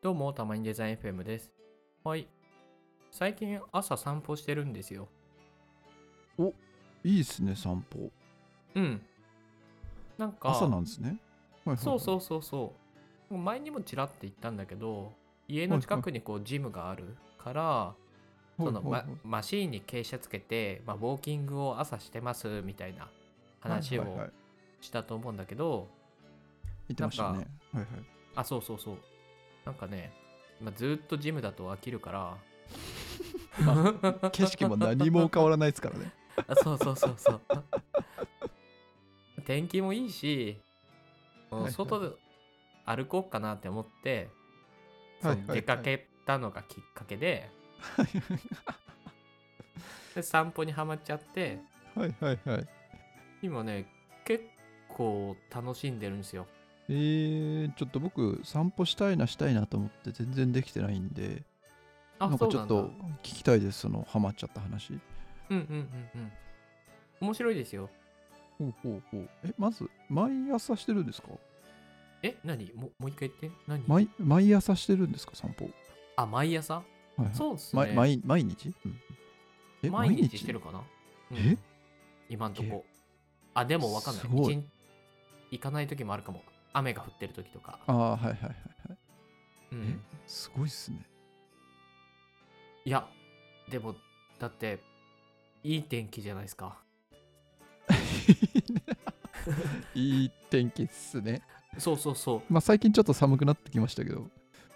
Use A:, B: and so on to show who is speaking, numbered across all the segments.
A: どうも、たまにデザイン FM です。はい。最近朝散歩してるんですよ。
B: いいっすね、散歩。
A: うん。なんか、
B: 朝なんですね。はいはいはい
A: そうそうそうそう。前にもちらって言ったんだけど、家の近くにこうジムがあるから、その
B: はい
A: ま
B: はいはい
A: マシーンに傾斜つけて、まあ、ウォーキングを朝してますみたいな話
B: はいはいは
A: を
B: い
A: したと思うんだけど、
B: 言ってましたね。
A: な
B: はいはい。
A: あ、そうそうそう。なんかね、まあ、ずーっとジムだと飽きるから、
B: 景色も何も変わらないで すからね。
A: あそうそうそうそう 天気もいいしもう
B: はいはい
A: 外で歩こうかなって思って、
B: はい
A: その出かけたのがきっかけでで散歩にはまっちゃって
B: はいはいはい。
A: 今ね結構楽しんでるんですよ
B: えー、ちょっと僕、散歩したいな、したいなと思って全然できてないんで、
A: あ
B: な
A: そ
B: んか
A: う
B: ち
A: な
B: ょ
A: んだ
B: っと聞きたいです、その、ハマっちゃった話。
A: うんうんうんうん面白いですよ
B: ほうほうほう。え、まず、毎朝してるんですか
A: え何ももう一回言って何
B: 毎毎朝してるんですか、散歩。
A: あ毎朝
B: はいはい
A: そうっす
B: ま
A: ね
B: 毎毎日、うんえ
A: 毎日してるかな、うん
B: え
A: 今んとこあでもわかんない
B: すごい
A: 一日行かない時もあるかも雨が降ってる時とか、
B: ああ、はいはいはいはい。
A: うん、
B: すごいっすね。
A: いやでもだっていい天気じゃないですか
B: いい天気っすね。
A: そうそうそ
B: まあ最近ちょっと寒くなってきましたけど、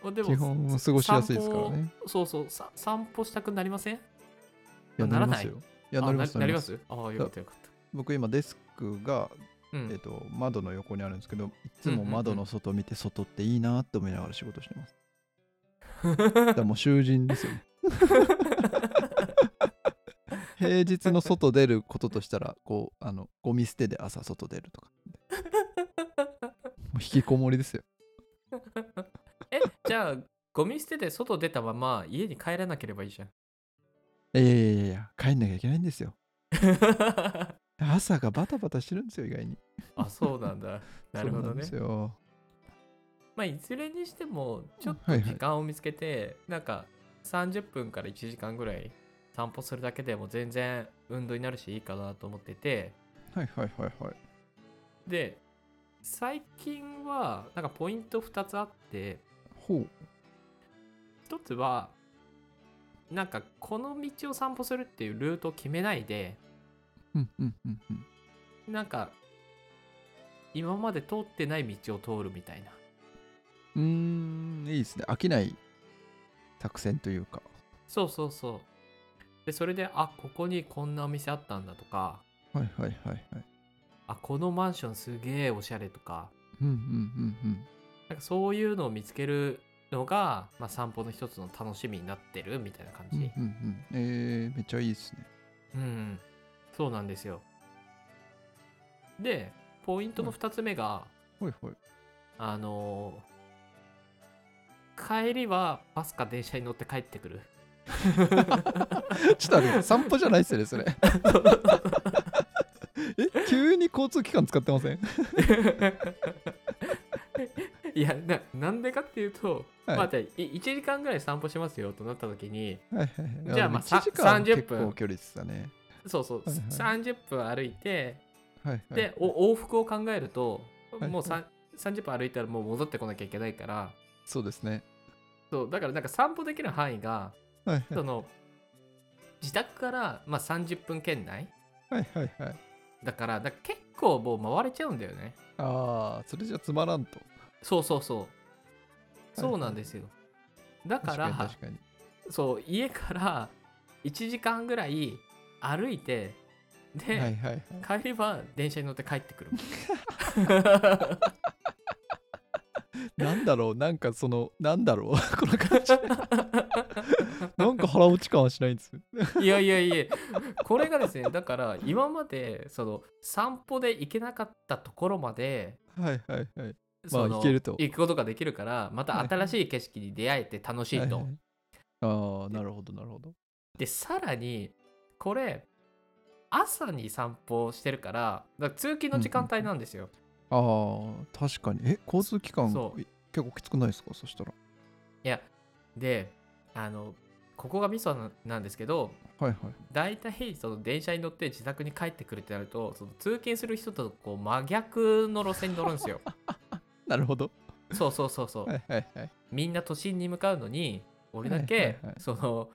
A: うでも
B: 基本過ごしやすいですからね。
A: 散歩そうそうさ散歩したくなりません
B: いや、
A: な
B: な
A: ら
B: り
A: な
B: ま
A: い
B: すよ。いや、なります
A: あな
B: な
A: り
B: り
A: ま
B: ます。
A: すああよかったよかっ
B: 僕今デスクが、
A: たうん
B: えっと、窓の横にあるんですけど、いつ
A: うんう
B: も
A: んうん
B: 窓の外見て外っていいなって思いながら仕事して ます。だからもう囚人ですよね。平日の外出ることとしたら、こう、あの、ゴミ捨てで朝外出る とか。もう引きこもりですよ。
A: えじゃあゴミ捨てて外出たまま家に帰らなければいい じゃん
B: いやいやいやいや、帰んなきゃいけないんですよ。朝がバタバタしてるんですよ、意外に。
A: あそうなんだなるほ
B: そう
A: ど
B: んで
A: ね
B: すよ
A: まあいずれにしてもちょっ
B: は
A: と
B: いはい
A: 時間を見つけて、なんか30分から1時間ぐらい散歩するだけでも全然運動になるしいいかなと思ってて
B: はいはいはいはい。
A: で最近はなんかポイント2つあって
B: ほう。
A: 1つはなんかこの道を散歩するっていうルートを決めないで
B: うんうんうんうん。
A: なんか今まで通ってない道を通るみたいな
B: うーん、いいですね。飽きない作戦というか。
A: そうそうそうでそれであここにこんなお店あったんだとか
B: はいはいはいはい。
A: あこのマンションすげえおしゃれとか
B: うんうんうん
A: なんかそういうのを見つけるのが、まあ、散歩の一つの楽しみになってるみたいな感
B: うん。うん
A: じ、
B: うんうん。えー、めっちゃいいですね。
A: うんそうなんですよでポイントの2つ目が、
B: ほいほい。
A: あのー帰りはバスか電車に乗って帰ってくる
B: ちょっとあれ、散歩じゃないっすよね、 それ。え、急に交通機関使ってません
A: いやななんでかっていうと、
B: はい
A: まあじゃあい1時間ぐらい散歩しますよとなった時に
B: はいはいはい。
A: じゃあまあ
B: でも1時
A: さ
B: 間
A: 30
B: 結
A: 分
B: 構距離でしたね。
A: そうそう、
B: はいはい
A: 30分歩いて
B: はいはい。
A: で、お往復を考えると、
B: はい
A: もうさん30分歩いたらもう戻ってこなきゃいけないから
B: そうですね。
A: そうだからなんか散歩できる範囲が
B: はいはい
A: その自宅からまあ30分圏内
B: はいはいはい。
A: だからなんか結構もう回れちゃうんだよね
B: ああ、それじゃつまらんと。
A: そうそうそう
B: い
A: そうなんですよだか
B: 確かに
A: ら
B: 確かに。
A: そう家から1時間ぐらい歩いてで、
B: はいはいはい。
A: 帰りは電車に乗って帰ってくる
B: なんだろう、なんかその、なんだろう、この 感じ。なんか腹落ち感はしないんです。
A: いやいやいやこれがですねだから今までその散歩で行けなかったところまで
B: はいはいはい。
A: その
B: 行けると
A: 行くことができるからまた新しい景色に出会えて楽しいと、
B: はいはいああ、なるほどなるほど。
A: でさらにこれ朝に散歩してるからだから通勤の時間帯なんですよ、
B: ああ、確かに。え、交通機関
A: そう
B: い結構きつくないですかそしたら。
A: いやであのここがミソななんですけど
B: はいはい
A: 大体その電車に乗って自宅に帰ってくるってなるとその通勤する人とこう真逆の路線に乗るんです よ
B: なるほど
A: そうそうそうそう、
B: はいはいはい
A: みんな都心に向かうのに俺だけ、
B: はいはいはい
A: その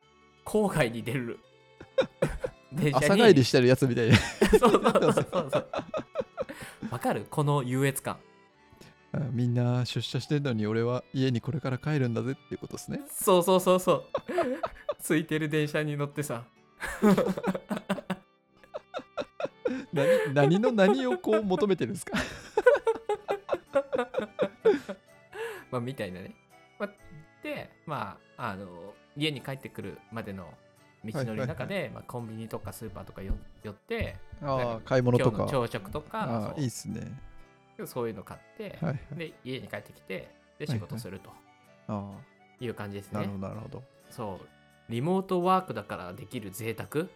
A: 郊外に出 る電
B: 朝帰り
A: し
B: してるやつみたいな
A: そ うそうそうそうそうわかるこの優越感
B: あみんな出社してるのに俺は家にこれから帰るんだぜっていうことですね
A: そうそうそうそう空いてる電車に乗ってさ
B: 何何の何をこう求めてるんで すか
A: まあみたいなね、まあでまああの家に帰ってくるまでの道のりの中で、まあ、コンビニとかスーパーとかよ寄って
B: ああ買い物
A: 今
B: と
A: 日の
B: か
A: 朝食とか
B: ああ
A: そう
B: いいっすね
A: そういうの買って、
B: はいはい
A: で家に帰ってきてで
B: はい
A: 仕事すると
B: あ
A: いう感じです
B: あ
A: ね、
B: なるほどなるほど
A: そうリモートワークだからできる贅沢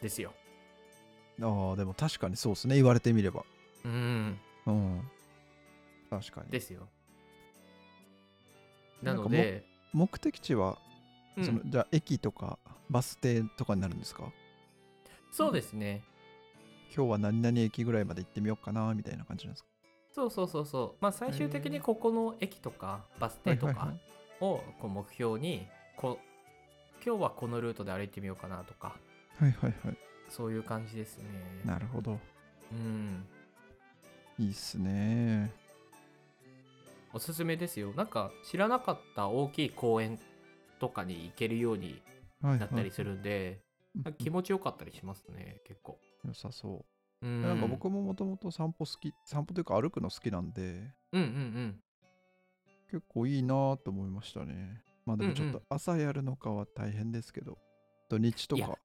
A: ですよ
B: ああでも確かにそうですね言われてみれば
A: うん
B: うん確かに
A: ですよな
B: なんか
A: の
B: も
A: で
B: 目的地は、
A: うん
B: そのじゃあ駅とかバス停とかになるんですか
A: そうですね
B: 今日は何々駅ぐらいまで行ってみようかなみたいな感じなんですか
A: そうそうそうそうまあ最終的
B: へ
A: に
B: ー
A: ここの駅とかバス停と
B: はいはい
A: か
B: はい
A: をこう目標にこう今日はこのルートで歩いてみようかなとか
B: はいはいはい
A: そういう感じですね
B: なるほど
A: うん
B: いいっすね
A: おすすめですよなんか知らなかった大きい公園とかに行けるように
B: はい
A: なったりするんで、
B: はい
A: 気持ちよかったりしますね結構
B: 良さそうう、
A: ん
B: なんか僕ももともと散歩好き散歩というか歩くの好きなんで
A: うんうんうん
B: 結構いいなと思いましたねまあでもちょっ
A: うん
B: と朝やるのかは大変ですけど、土日と
A: いや
B: か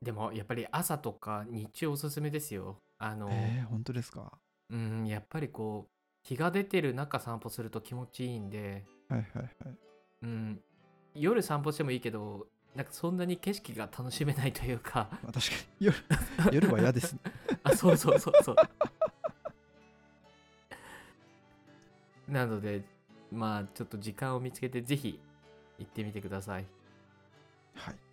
A: でもやっぱり朝とか日中おすすめですよあの、
B: えー、本当ですかは
A: うんやっぱりこう日が出てる中散歩すると気持ちいいんで
B: いはいはい
A: うん夜散歩してもいいけどなんかそんなに景色が楽しめないというか
B: まあ、確かに夜夜は嫌ですね
A: あそうそうそうそう なのでまあちょっと時間を見つけてぜひ行ってみてください
B: はい